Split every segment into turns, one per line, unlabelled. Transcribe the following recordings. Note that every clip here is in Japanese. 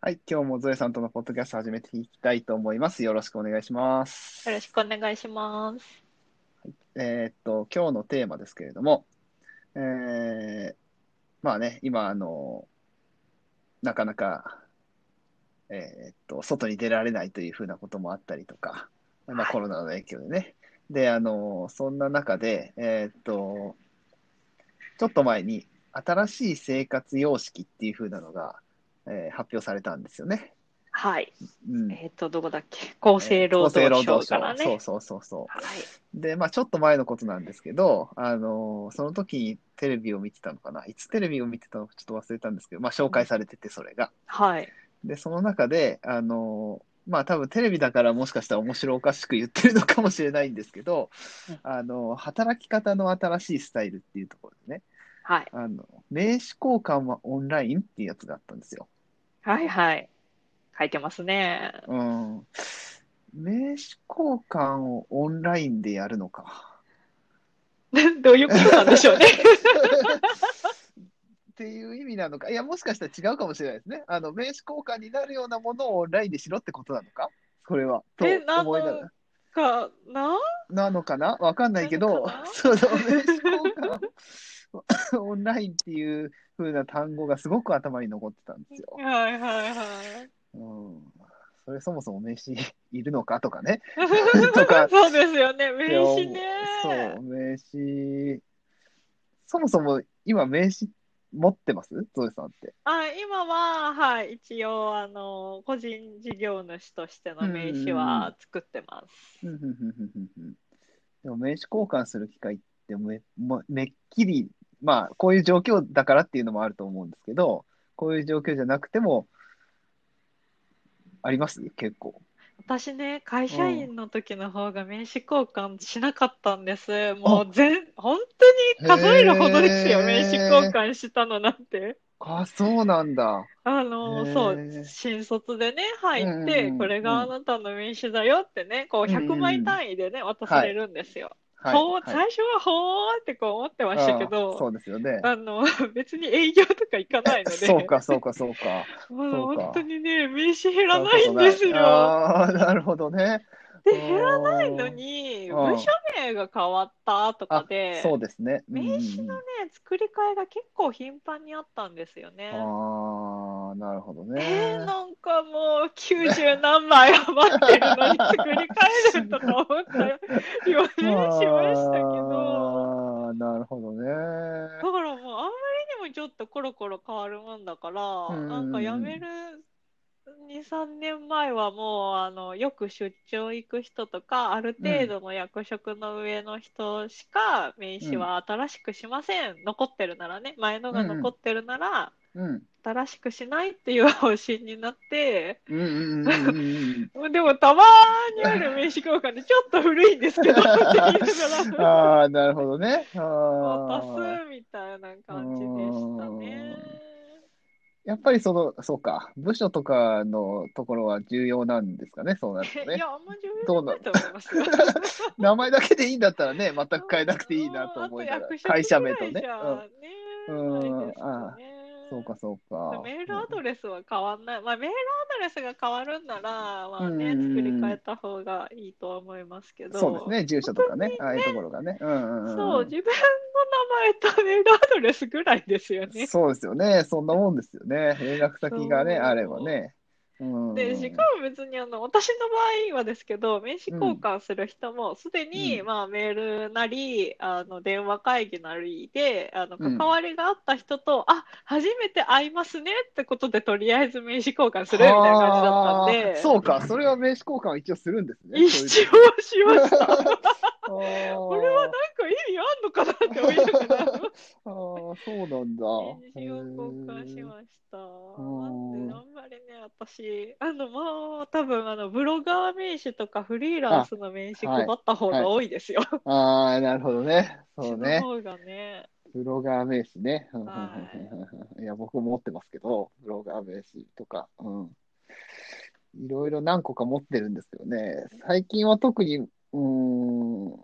はい、今日もゾエさんとのポッドキャスト始めていきたいと思います。よろしくお願いします。
よろしくお願いします。
えーっと、今日のテーマですけれども、えー、まあね、今、あの、なかなか、えーっと、外に出られないというふうなこともあったりとか、まあ、
はい
コロナの影響でね。で、あの、そんな中で、えーっと、ちょっと前に、新しい生活様式っていうふうなのが、えー発表されたんですよね。
はい。
うん。
えっ、と、どこだっけ厚生労働省からね。
そうそうそうそう。
はい。
で、まあちょっと前のことなんですけど、あのーその時にテレビを見てたのかな。いつテレビを見てたのかちょっと忘れたんですけど、まあ紹介されてて、それが。
はい。
で、その中で、あのーまあ多分テレビだからもしかしたら面白おかしく言ってるのかもしれないんですけど
うん、
あのー働き方の新しいスタイルっていうところでね、
はい。
あの、名刺交換はオンラインっていうやつがあったんですよ。
はい。はい。書いてますね。
うん。名刺交換をオンラインでやるのか。
どういうことなんで しょうね。
っていう意味なのか、いや、もしかしたら違うかもしれないですね。あの名刺交換になるようなものをオンラインでしろってことなのか、これは。と
えなの
思いながら。
かな
なのかなわかんないけど
なのか、な
その名刺交換オンラインっていう風な単語がすごく頭に残ってたんですよ。
はいはいはい。
うん、それそもそも名刺いるのかとかね。とか
そうですよね。名刺ね。
そう、名刺。そもそも今名刺持ってますゾエさんって。
あ今は、はい、一応、あの、個人事業主としての名刺は作ってます。
うんうんうんうんうんうんでも名刺交換する機会ってめもめっきり、まあ、こういう状況だからっていうのもあると思うんですけど、こういう状況じゃなくても、あります結構。
私ね、会社員の時の方が名刺交換しなかったんです。もう全、本当に数えるほどですよ、
へー
名刺交換したのなんて。
あ、そうなんだ。
あの、
へー
そう、新卒でね、入
うん
っ
うん
て
う、ん
これがあなたの名刺だよってね、こう
うんうん
100枚単位でね、渡されるんですよ。
はい。
ほう、
はい
最初はほーってこう思ってましたけ
あ
ど、
そうですよね。
あの、 別に営業とか行かないの で、
そうか、そうか、そう か。
もう
そうか
本当にね、名刺減
そ
ら
ううこ
な
と
いんですよ。
ああ、なるほどね。
で、
うん
減らないのに、
うん
部署名が変わったとかで、
そうですね。うんうんうん
名刺のね、作り替えが結構頻繁にあったんですよね。
ああ、なるほどね。
えー、なんかもう90何枚余ってるのに作り替えるとか思って言われしましたけど、
あーなるほどね。
だからもうあんまりにもちょっとコロコロ変わるもんだから、
ん
なんか辞める2、3年前はもうあのよく出張行く人とか、ある程度の役職の上の人しか名刺は新しくしません。残ってるならね、前のが残ってるなら、
うん。
新しくしないっていう方針になって、
うんうんうんうんうん
でもたまーにある名刺交換でちょっと古いんです けどって言いな
うん。
がら
ああ、なるほどね。あ
渡
ー
すみたいな感じでしたね。
やっぱりその、そうか、部署とかのところは重要なんですかね、そうなると
い
ね。
や、あんま重要じゃないと思いますよ。
名前だけでいいんだったらね、全く変えなくていいなと思いながら、会社名とね。
う
うん
ん、
うん
あれですよね
うんそうか、そうか。
メールアドレスは変わんない。まあ、メールアドレスが変わるんなら、まあね、
うん
作り変えた方がいいとは思いますけど。
そうですね、住所とかね、ああいうところがね。うんうんん
そう、自分の名前とメールアドレスぐらいですよね。
そうですよね。そんなもんですよね。連絡先がね、
そう
あればね。うん。
で、しかも別にあの、私の場合はですけど、名刺交換する人も、すでに、
うん
まあ、メールなり、あの、電話会議なりで、あの、
うん
関わりがあった人と、あ、初めて会いますねってことで、とりあえず名刺交換するみたいな感じだったん
あー
で、
そうか、それは名刺交換は一応するんですね。
一応しました。なんか
こ
こ
れ
れは意味あんのかなって思いながら、
あーあー、そうなんだ。
名刺を交換しました。
ん
あんまりね、私、あの、まあ、多分、あの、ブロガー名刺とかフリーランスの名刺
あは
配
い
った方が多いですよ。
へーああ、なるほどね。そう
うちの
ね。
方がね。
ブロガー名刺ね。うんうん
は
うんうんいや、僕も持ってますけど、ブロガー名刺とか。うん。いろいろ何個か持ってるんですけどね。最近は特に、うーん、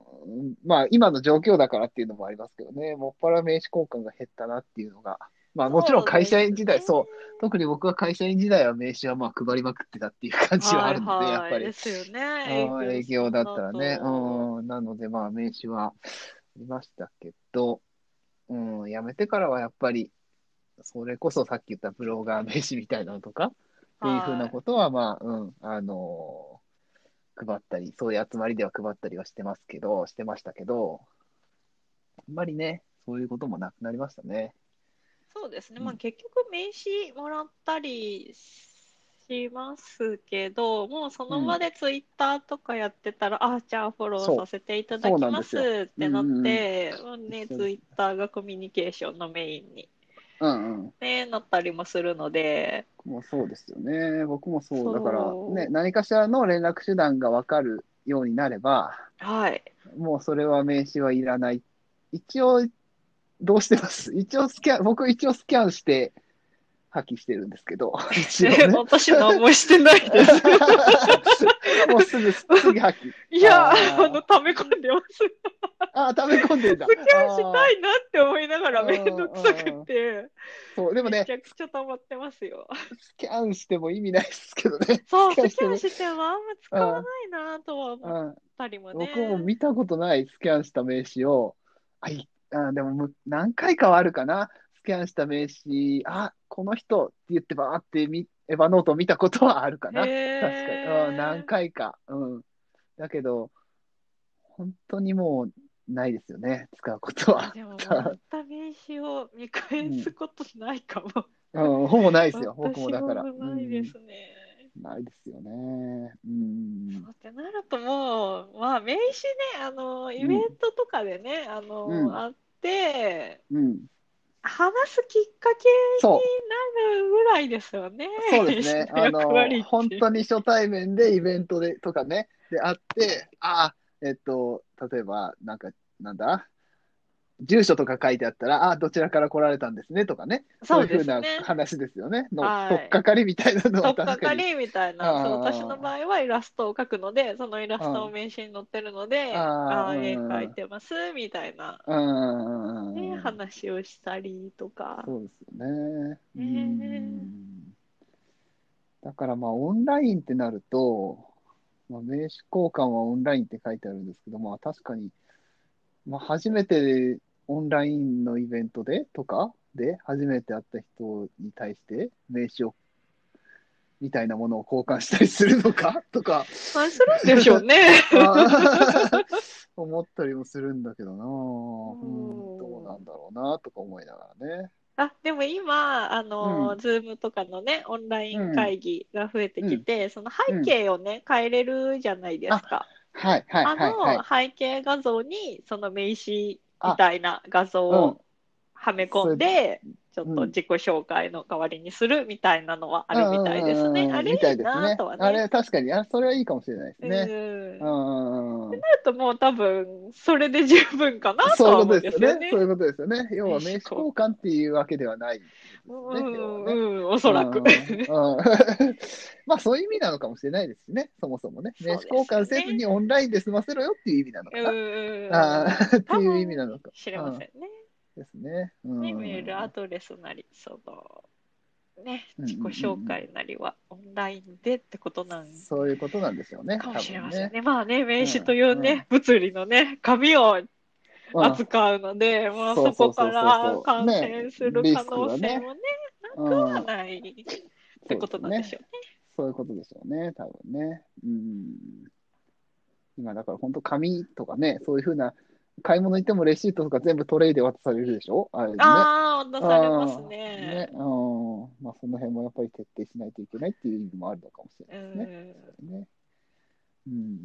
まあ今の状況だからっていうのもありますけどね、もっぱら名刺交換が減ったなっていうのがまあもちろん会社員時代、
そう
そう。特に僕は会社員時代は名刺はまあ配りまくってたっていう感じはあるので、やっぱり。
ですよ
あ
ね。
ー営業だったらね。
うん。
うん。なのでまあ名刺はありましたけど、うん、辞めてからはやっぱり、それこそさっき言ったブロガー名刺みたいなのとか、っていうふうなことは、まあ、うん、あのー配ったり、そういう集まりでは配ったりはしてますけど、してましたけど、あんまりね、そういうこともなくなりましたね。
そうですね、
うん
まあ、結局名刺もらったりしますけど、もうその場でツイッターとかやってたら、あじゃあフォロ
そう
ーさせていただき
そうなん
ま
です
す
よ
ってなって、うんね、
そう
ツイッターがコミュニケーションのメインに、
うんうん。
ね、なったりもするので、
もうそうですよね。僕もそう。
そう
だから、ね、何かしらの連絡手段が分かるようになれば、
はい、
もうそれは名刺はいらない。一応、どうしてます 一応スキャン、僕一応スキャンして、破棄してるんですけど、一応ね。
私、何もし てないです。
もうすぐ、すぐ破棄。
いや、
あ
あ
ー
の、溜め込んでます。
あ、溜め込んでんだ。
スキャンし
あ
た
ー
いなって思いながら、
あー
めんどくさくて、
そう、でも
め
ね
ち、ゃくちゃ溜まってますよ。
スキャンしても意味ないですけどね。
そう、
スキャン
ス
し
キ
て
ャ
も
ンしてもあんま使わないなと
う
は思っ
ん、
たりもね。
僕も見たことないスキャンした名刺を、あ、い、あ、でもむ何回かはあるかな。スキャンした名刺、あ、この人って言ってばーってみ、エヴァノートを見たことはあるかな。確
へ
かに。
ー
うん、何回か。うん。だけど、本当にもうないですよね。使うこと は。
でも、もらった名刺を見返すことないかも。
うん、ほぼ ないですよ。僕
私
もだから。
もないですね。
うんないですよね。うん。
ってなるともう、まあ、名刺ね、あの、イベントとかでね、あの、
うん
あって、
うん。
話すきっかけ
そう。
になるぐらいです よね。。
そうですねあ
役割
の、
って
本当に初対面でイベントでとかね、であって、ああ、えっと、例えば、なんか、なんだ、住所とか書いてあったら、ああ、どちらから来られたんですねとかね、
そう
いうふ
で
う
す
な
ね。
話ですよね。の、
はい
取っかかりみたいなの
と
は
っか
確か
か
に。
りみたい
あー
な、そう私の場合はイラストを描くので、そのイラストを名刺に載ってるので、
あー
ああ、絵
うん
描いてますみたいな、
うんうんうん
ね、
うん。
話をしたりとか。
そうですよね。う
ねえ
ん。だからまあオンラインってなると、まあ、名刺交換はオンラインって書いてあるんですけど、まあ確かに、まあ初めてオンラインのイベントでとかで初めて会った人に対して名刺をみたいなものを交換したりするのか とか、
まあ、するんでしょうね。
あー思ったりもするんだけどなぁ、うん、
ん
どうなんだろうなとか思いながらね。
あ、でも今、あ
う
の、
ん
ズームとかのね、オンライン会議が増えてきて、その背景をね、変えれるじゃないですか。
はいはい
あ
はいはい
の。背景画像に、その名刺みたいな画像
うん
をはめ込んで、ちょっと自己紹介の代わりにするみたいなのはあるみたいです
うんうん
ね
う。ん
あれい
みた
い
いです
な
ね
とは
あ
ね。
れ、確かに、あ、それはいいかもしれないですね。
うん。
う
なん
うんうん。
るともう多分、それで十分かなと
そうい
は
うこ
思
と
うん
で
ですす
よ
よ
ね。
ね
そう。いうことですよね。要は名刺
名刺
交換っていうわけではないです
う
よね。
ん
要はね
うん、おそらく。
うんうんまあそういう意味なのかもしれないですしね、そもそもね。名刺交換せずにオンラインで済ませろよっていう意味なのか
うん
な。
うんうん。
あーって
多
いう
分
意味なのか。
知れませんね。
うんですね。うん
ね、メールアドレスなり、その、ね、
うんうんう
自己
んうん
紹介なりはオンラインでってことなん
そういうことなんでしょうね。
かもしれませ
多
ん
分
ね。まあね、名刺というね、物理のね、紙を
うん
扱うので、まあ
そう
そ
そうそうそ
こ
う
から感染する
ね
可能性もね、なくはないってことなんでしょうね。
そういうことでしょうね、多分ね。うん。今だから本当紙とかね、そういうふうな、買い物行ってもレシートとか全部トレイで渡されるでしょあれね。
ああ、渡されます
ね
ね。。
うん。まあその辺もやっぱり徹底しないといけないっていう意味もあるのかもしれ
う
ないですね。
ん。
ねうん。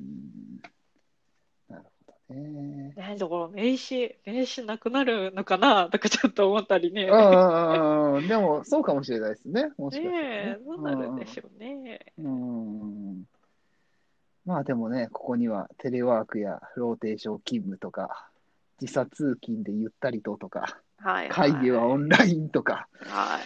なるほどね。
ね、だから名刺、名刺なくなるのかな とかちょっと思ったりね。
うんうんうんうん。でもそうかもしれないですね。もし
ね
かしたらね
え、どうなるんでしょうね。
うーんまあでもね、ここにはテレワークやローテーション勤務とか、時差通勤でゆったりととか、
はい、はい。
会議はオンラインとか、
は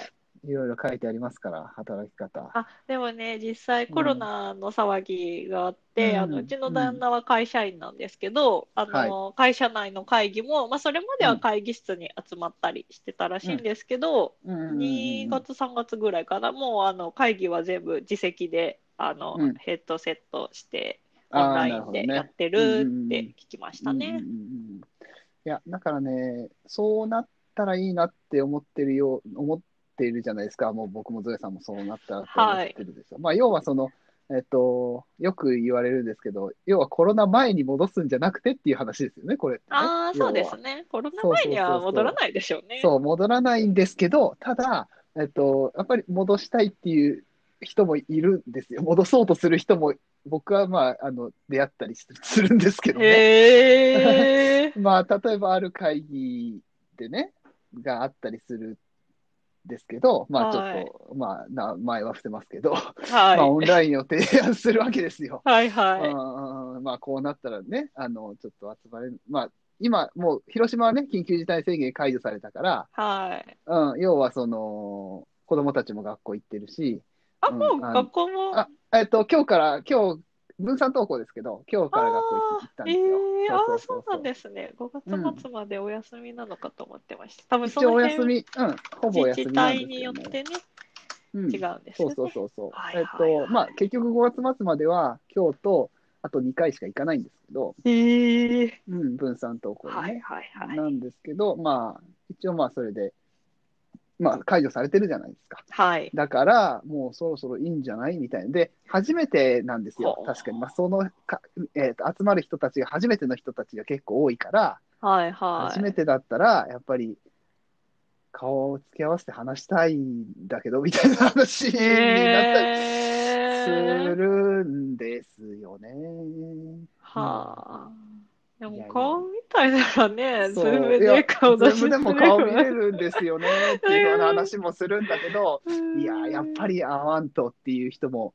い。
いいろいろ書いてありますから、働き方。
あでもね実際コロナの騒ぎがあって、
うん
あのうちの旦那は会社員なんですけど、あの会社内の会議も、まあ、それまでは会議室に集まったりしてたらしいんですけど、
うんうんうん
2月3月ぐらいかなもうあの会議は全部自席であの、
うん
ヘッドセットしてオ
あ
ン
ー
ラ
な
イ
るほ
ン
ど
で
ね
やってる
うんうんうん
って聞きました
うんうん
ね。
うんうんいや、だからね、そうなったらいいなって思ってるよ、思っているじゃないですか。もう僕もゾエさんもそうなったらと思ってるでしょ。まあ、要はその、えっと、よく言われるんですけど、要はコロナ前に戻すんじゃなくてっていう話ですよね、これってね。
ああ
要
そ
は
うですねコロナ
そうそうそ
前
うそう
には戻らないでしょうね。
そう、戻らないんですけど、ただ、えっと、やっぱり戻したいっていう人もいるんですよ。戻そうとする人も、僕はまあ、あの、出会ったりするするんですけどね。
へえ
まあ、例えばある会議でね、があったりするんですけど、まあちょっと、
はい
まあな、前は伏せますけど、
はい
まあオンラインを提案するわけですよ。
はいはい。
うんまあこうなったらね、あの、ちょっと集まれる。まあ今、もう広島はね、緊急事態宣言解除されたから、
はい。
うん、要はその、子供たちも学校行ってるし、
あ、
うん
もう
あの
学校も。
あえっと、今日から、今日、分散登校ですけど、今日から学校行ったんですよ。
えー、あー、そうなん
す
ですね。5
うん
月末までお休みなのかと思ってました。多分そ
一応
の
お
辺
休み、うん、ほぼお休
自治
みなんで
体
す
に
け
よ
ど
っ
ね。
てね、
うん
違うんです
そ
よ
う
ね。
そうそうそう。
はい
えっ
はいはい
と、まあ結局5月末までは今日とあと2回しか行かないんですけど、
えー、
うん、分散登校でね。
はいはいはい。
なんですけど、まあ一応まあそれで、まあ解除されてるじゃないですか。
はい。
だから、もうそろそろいいんじゃないみたいな。で、初めてなんですよ
ほ。う
確かに。まあ、そのか、えっ、と、集まる人たちが、初めての人たちが結構多いから、
はいはい。
初めてだったら、やっぱり、顔を付き合わせて話したいんだけど、みたいな話になったり
え
す
ー、
るんですよね。
はあ。で
いや
も
いや
顔みたいならね、ズ
そう
ーム
いや
で顔出し
ズームでも
するよ
顔
ね
見れるんです よね、っていうような話もするんだけど、いや、やっぱ。り会わんとっていう人も、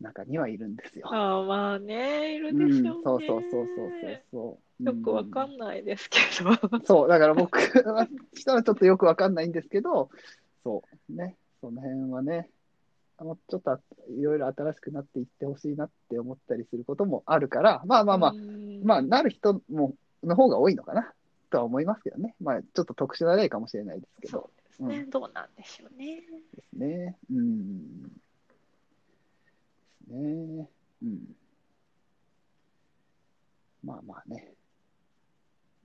中にはいるんですよ。
あーまあね、いる
う
でし
ん
ょうね。
そうそうそうそうそうそう。
よくわか
い。
んないですけど。
そう、だから僕はしたらちょっとよくわかんないんですけど、そう、ね、その辺はね、もうちょっとあいろいろ新しくなっていってほしいなって思ったりすることもあるから、まあまあまあ、
うん
まあ、なる人もの方が多いのかなとは思いますけどね。まあ、ちょっと特殊な例かもしれないですけど。
そうですね、どうなんでしょうね。
ですね。うん。ですね。うん。まあまあね、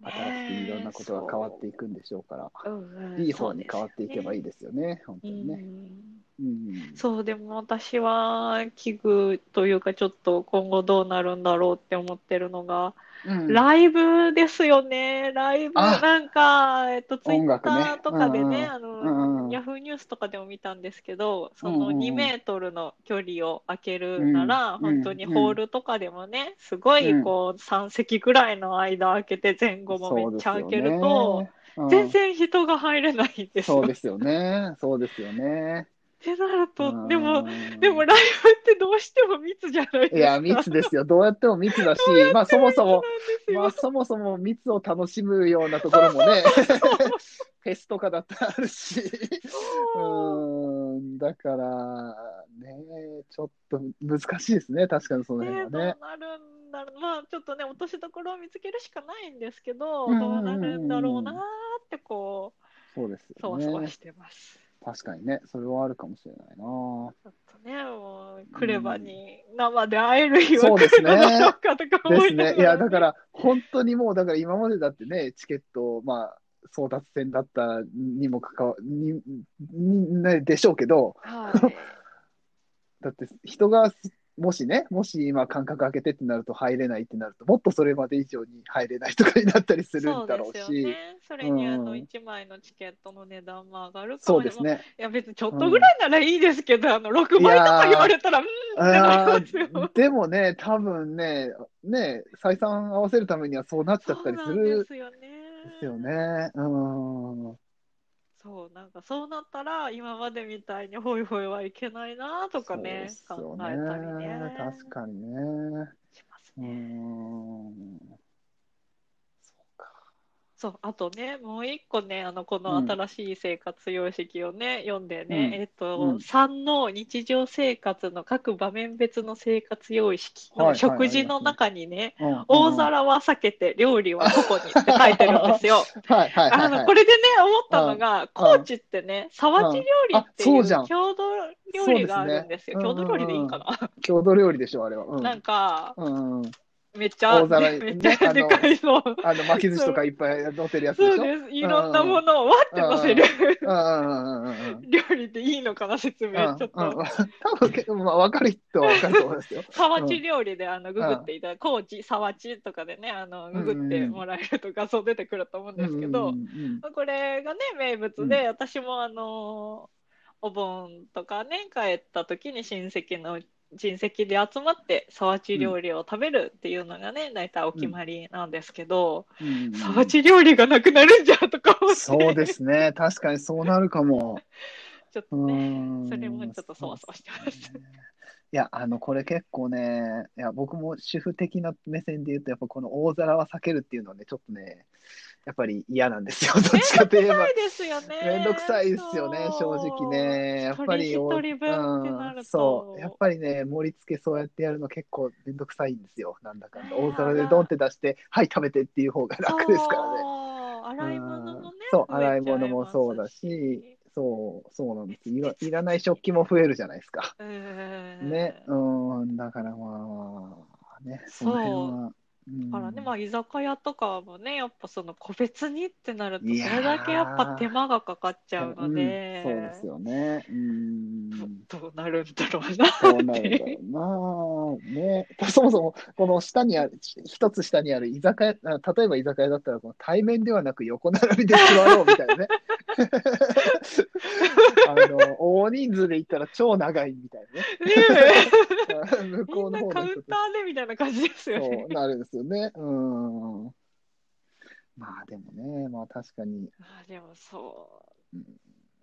新しくいろんなことが変わっていくんでしょうから、
く、うんうん
いい方に変わっていけばいい
で
ですよね、本
す
当
よ
に
ね
ね。
うん
うん。
そうでも私は危惧というかちょっと今後どうなるんだろうって思ってるのが、
うん
ライブですよねライブ
あ
なんかえっとツイ
音
ッタ
楽ね
ーとかでね、
う
あの、
んうん
ヤフーニュースとかでも見たんですけどそ
うんう
の
んうん
2メートルの距離を空けるなら、
うん
本当にホールとかでもねすごいこう3席ぐらいの間空けて前後もめっちゃ空けると、
そうですよね
全然人が入れないん
うん
ですよ。
そうですよね。そうですよね。
ってなると、で
う
も、
ん
でもライブってどうしても密じゃないですか。
いや、密ですよ。どうやっても密だし、まあ、そもそも、
密
ま
なん
あ、
です
そもそも密を楽しむようなところも ね、フェスとかだったらあるし、う
よ。
ーん、だから、ね、ちょっと難しいですね、確かにその
ね
辺
え
は
どう
ね。
なるんだろう。まあ、ちょっとね、落としどころを見つけるしかないんですけど、
うんうん
ど
う
うん
うん
なるんだろうなーって、こ
そうです
う、そ
よ
わそわ
ね。
してます。
確かにね、それはあるかもしれないな。
ちょっとね、もう、クレバに生で会える日は
そうです
来る
ね
のだろうかとか
で
思
す
いな
ね。い
が
や、
ら
だから、本当にもう、だから今までだってね、チケット、まあ、争奪戦だったにもかかわ、に、に、ね、でしょうけど、
はい
だって人がもしね、もし今間隔空けてってなると入れないってなると、もっとそれまで以上に入れないとかになったり するんだろう
そうです
し
よ、ね。それにあ
う
の
ん
1枚のチケットの値段も上がるか
そ
も
うですね。
いや別にちょっとぐらいならいいですけど、あの6倍とか言われたら、うんってな
あ
りますよ。
ーでもね、多分ね、ね、採算合わせるためにはそうなっちゃったりす
そうなんで
る
すよね。
んですよ。ね。うん。
そう、なんかそうなったら、今までみたいにホイホイはいけないなとかね、
そうっすよ
考
ね
えたりね。
確かにね。
します
う
ね。
ん。そうか。
そう、あとね、もう一個ね、あの、この
うん
新しい生活様式をね、読んで
う
ね、
ん
えっ
う
と、
ん
三の日常生活の各場面別の生活様式の
はいはい
食
あ
事
ります
の
ね
中にね、
うんうん
大皿は避けて料理は個々にって書いてるんですよ。
はいはいは
あ
いはい
の、これでね、思ったのが、高知ってね、沢地料理って
うんあそう
い
うじゃん
郷土料理があるんですよ。
そう
郷
ですね
土料理でいいかな。
郷土料理でしょあれは、うん、
なんか、
うんうん、
めっちゃ、
大皿に
めっちゃでかいの。
あの巻き寿司とかいっぱい乗ってるやつで
そ
し
う
ょ
です。いろんなものをわって乗せる。
うんうんうんうんうん
料理でいいのかな説
うんうん
明ちょっと
多分けまあ分かる人は分かると思いますよ。
沢地料理であのググっていただ高知沢地とかでねあのググってもらえると画像出てくると思うんですけど、
うんうんうん
これがね名物で、私もあのお盆とかね帰った時に親戚の親戚で集まって沢地料理を食べるっていうのがね、大体お決まりなんですけど、
うんうん
沢地料理がなくなるんじゃとか思って
そうですね確かにそうなるかも。
ちょっと
う
ね、
ん
それもちょっとそわそわしてます。
いや、あの、これ結構ね、いや、僕も主婦的な目線で言うと、やっぱこの大皿は避けるっていうのはね、ちょっとね、やっぱり嫌なんですよ、どっちかといえば
めんどくさい。ですよね。
めんどくさいですよね、正直ね。やっぱり、
一人一人分ってな
う
る
ん、
と
そう。やっぱりね、盛り付けそうやってやるの結構めんどくさいんですよ、なんだかんだ。
ねえ
大皿でドンって出して、はい、食べてっていう方が楽ですからね。
そう洗い物もね。
そう、
増えちゃ
洗い
ます
物もそうだし、そう、そうなんですいら。いらない食器も増えるじゃないですか。
うーん
ね、うん、だからまあ、ね、その辺は。うん
だからね、まあ、居酒屋とかもね、やっぱその個別にってなると、そ
いやー
れだけやっぱ手間がかかっちゃうので、
うんそうですよね。うん。
どどうなるんだろうな
そうな
っ
る
て
んだ
いう。
ろうな。ね、 そもそも、この下にある、一つ下にある居酒屋、あ例えば居酒屋だったら、この対面ではなく横並びで座ろうみたいなね。あの、大人数で行ったら超長いみたいなね。
ね
向
え
こ
み
うんの
な
方の
カウン
人
ターでみたいな感じですよ
そ
ね
う。なるんですよね。うん。まあでもね、まあ確かに。
まあでもそう
う。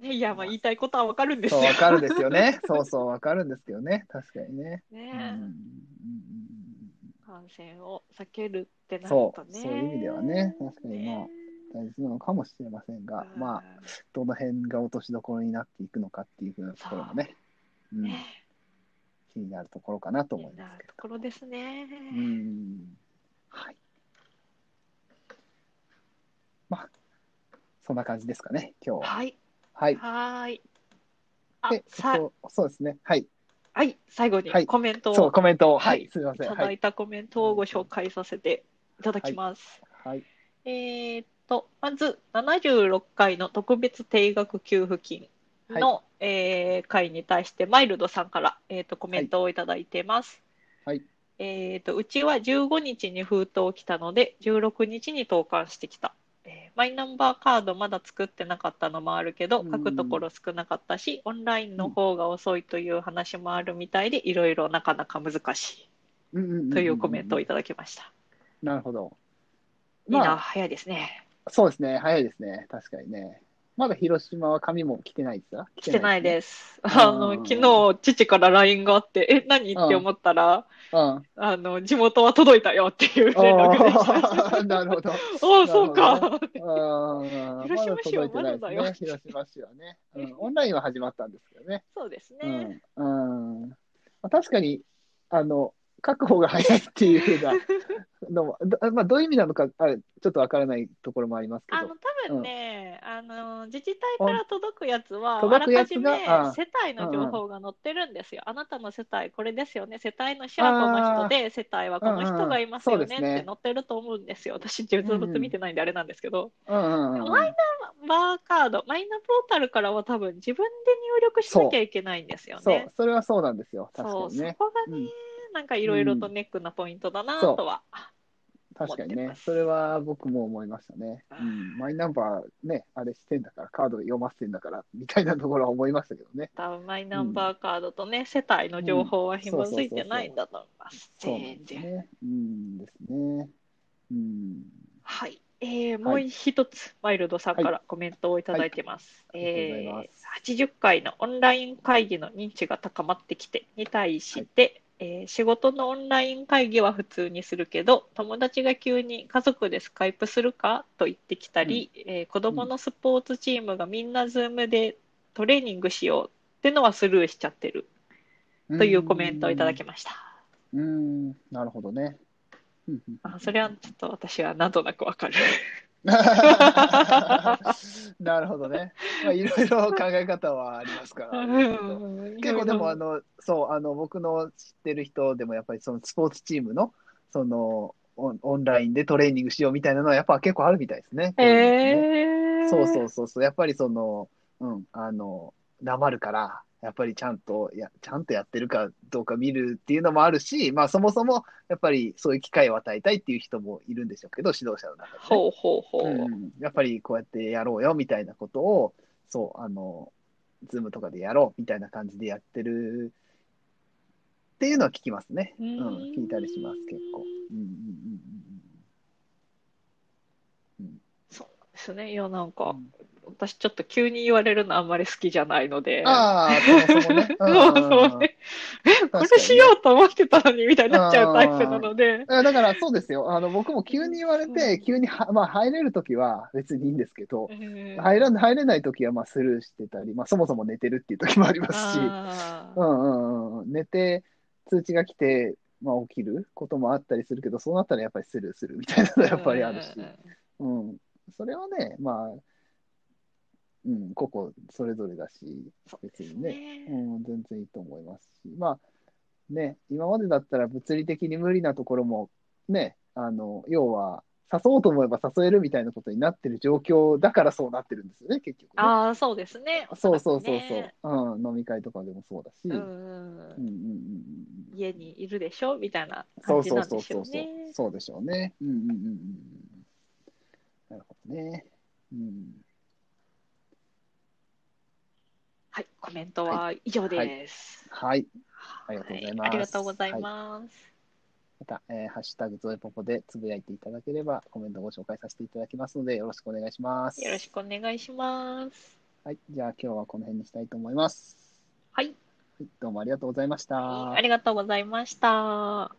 ね、いや、ま
ま
あ
あ
言いたいことはわかるんです
そ
よ
う、。わかるですよね。そうそう、わかるんですけどね。確かにね。うんうん
ね、
うん
感染を避けるってなる
そ
と
う
ね。
そういう意味ではね確かにまあ
ね
うん大事なのかもしれませんが、
うん
まあ、どの辺が落としどころになっていくのかっていうふうなところもね、うん、
ね
気になるところかなと
気
思い
に
ま
な
すけ
るところですね。
ど。うん。はい。まあ、そんな感じですかね、今日は。
はい。
はい。
はーい。あ
で、、
さ、
そうそうですね。はい。
はい、最後に
はい
コメント
そう、
を、
コメントを。は
はい
い。すみま
い
せん。
た
は
だ
い。
いたコメントをご紹介させていただきます。
はい。
えーっと、まず76回の特別定額給付金の、えー回に対して、マイルドさんから、えーっとコメントをいただいてます。
はい
えーっと、うちは15日に封筒来たので、16日に投函してきた。えーマイナンバーカードまだ作ってなかったのもあるけど、
うん
書くところ少なかったし、オンラインの方が遅いという話もあるみたいで、いろいろなかなか難し
うんうんうんうん
いというコメントをいただきました。
なるほど。
みんな
ま
早いですね。
あ、そうですね。早いですね。確かにね。まだ広島は紙も来てないですか
来てない
す
です。
来てない
あ
ですね
の、
うん
昨日、父から LINE があって、え、何
うん
って思ったら、
ね。うん。あ
あの、地元は届いたよっていう連絡で した。
あ、 なるほど。
おお、そ
なる
うか。
あー
広島市はまだだよ
ま届いてないですね。広島市はね。 うんオンラインは始まったんですけどね。
そうです
う
ね。
ん。うんまあ、確かに、あの、書く方が早いっていうふうなの も、どまあ、どういう意味なのか、あちょっとわからないところもありますけ
あ
ど
の、。多分ね、あの、自治体から届くやつは、あら
届く
か
やつ
じ
が
め
あ
世帯の情報が載ってるんですよ。あなたの世帯、これですよね。世帯の主はこの人で、世帯はこの人がいますよねっ
うんうんそうですね
て載ってると思うんですよ。私、ずっと見てないんであれなんですけど。
うんうんうん。
マイナンバーカード、マイナポータルからは多分自分で入力しなきゃいけないんですよ
そ
ね
う。、それはそうなんですよ。
そう、
確かにね。
そこがね、
うん
なんかいろいろとネックなポイントだなとは。
確かに
思って
ね
ま。す
それは僕も思いましたね。
あー
うん、マイナンバーね、あれしてんだから、カード読ませてんだから、みたいなところは思いましたけどね。
多分マイナンバーカードとね、世帯の情報は紐づいてないんだと思います。
そうなん
全
です
然。
ね。うんですね。うん。
はい。えーもう一つ、マイルドさんからコメントをいただいてます。
はいありがとうございま
えー80回のオンライン会議の認知が高まってきてに対して、えー仕事のオンライン会議は普通にするけど友達が急に「家族でスカイプするか?」と言ってきたり、えー子どものスポーツチームがみんな Zoom でトレーニングしようってのはスルーしちゃってるというコメントをいただき
ま
ました。
す。うーん、なるほど ね。 うんうん
あそれはちょっと私はなんとなくわかる。
なるほどね。まあ、いろいろ考え方はありますから。 結構でもあのそうあの僕の知ってる人でもやっぱりそのスポーツチームのそのオンオンラインでトレーニングしようみたいなのはやっぱ結構あるみたいですね。こういうのね
えー、
そうそううそうそうやっぱりそのうんあのなまるからやっぱりちゃんとやちゃんとやってるかどうか見るっていうのもあるしまあそもそもやっぱりそういう機会を与えたいっていう人もいるんでしょうけど指導者の中でね。
ほうほうほう。
うん、やっぱりこうやってやろうよみたいなことを、そう、あの、ズームとかでやろうみたいな感じでやってるっていうのは聞きますね。うん、聞いたりします、結構。うんうん
そうですね。いや、なん
うんう
か、
ん
私ちょっと急に言われるのあんまり好きじゃないので。
うん。ああ、そもそも ね。ん
そうそうね。え、これしようと思ってたのにみたいになっちゃうタイプなので。
あだからそうですよ。あの、僕も急に言われて、急には、まあ、入れるときは別にいいんですけど、
うん
入らん、入れないときは、まあ、スルーしてたり、まあ、そもそも寝てるっていうときもありますし。
あ
う
ー
んうんうんうん、寝て通知が来て、まあ、起きることもあったりするけど、そうなったらやっぱりスルーするみたいなのがやっぱりあるし、うん、それはね、まあ、うん、個々それぞれだし、
そう
別に
ね
ね、うん、全然いいと思いますし、まあ、ね、今までだったら物理的に無理なところも、ね、あの、要は、誘おうと思えば誘えるみたいなことになってる状況だからそうなってるんですよね、結局ね。
あー、そうですね。
そう
お
そう
らく
そう
ね
そう、うん、飲み会とかでもそうだし、
う
うん
ん
うんうんうんうん。
家にいるでしょみたいな
そ
感
う
じ
そう
なん
そ
で
う
し
そ
ょ
う
う
そう
ね。
そうでしょうね。うんうんうんうんうん。なるほどね。うん。
はい、コメントは以上です。
はい。
は
はいありがとうございます
ありがとうございます。
また、えーハッシュタグゾエポポでつぶやいていただければコメントをご紹介させていただきますのでよろしくお願いします。
よろしくお願いします。
はい。じゃあ今日はこの辺にしたいと思います。
はい、
はいどうもありがとうございました。
ありがとうございました。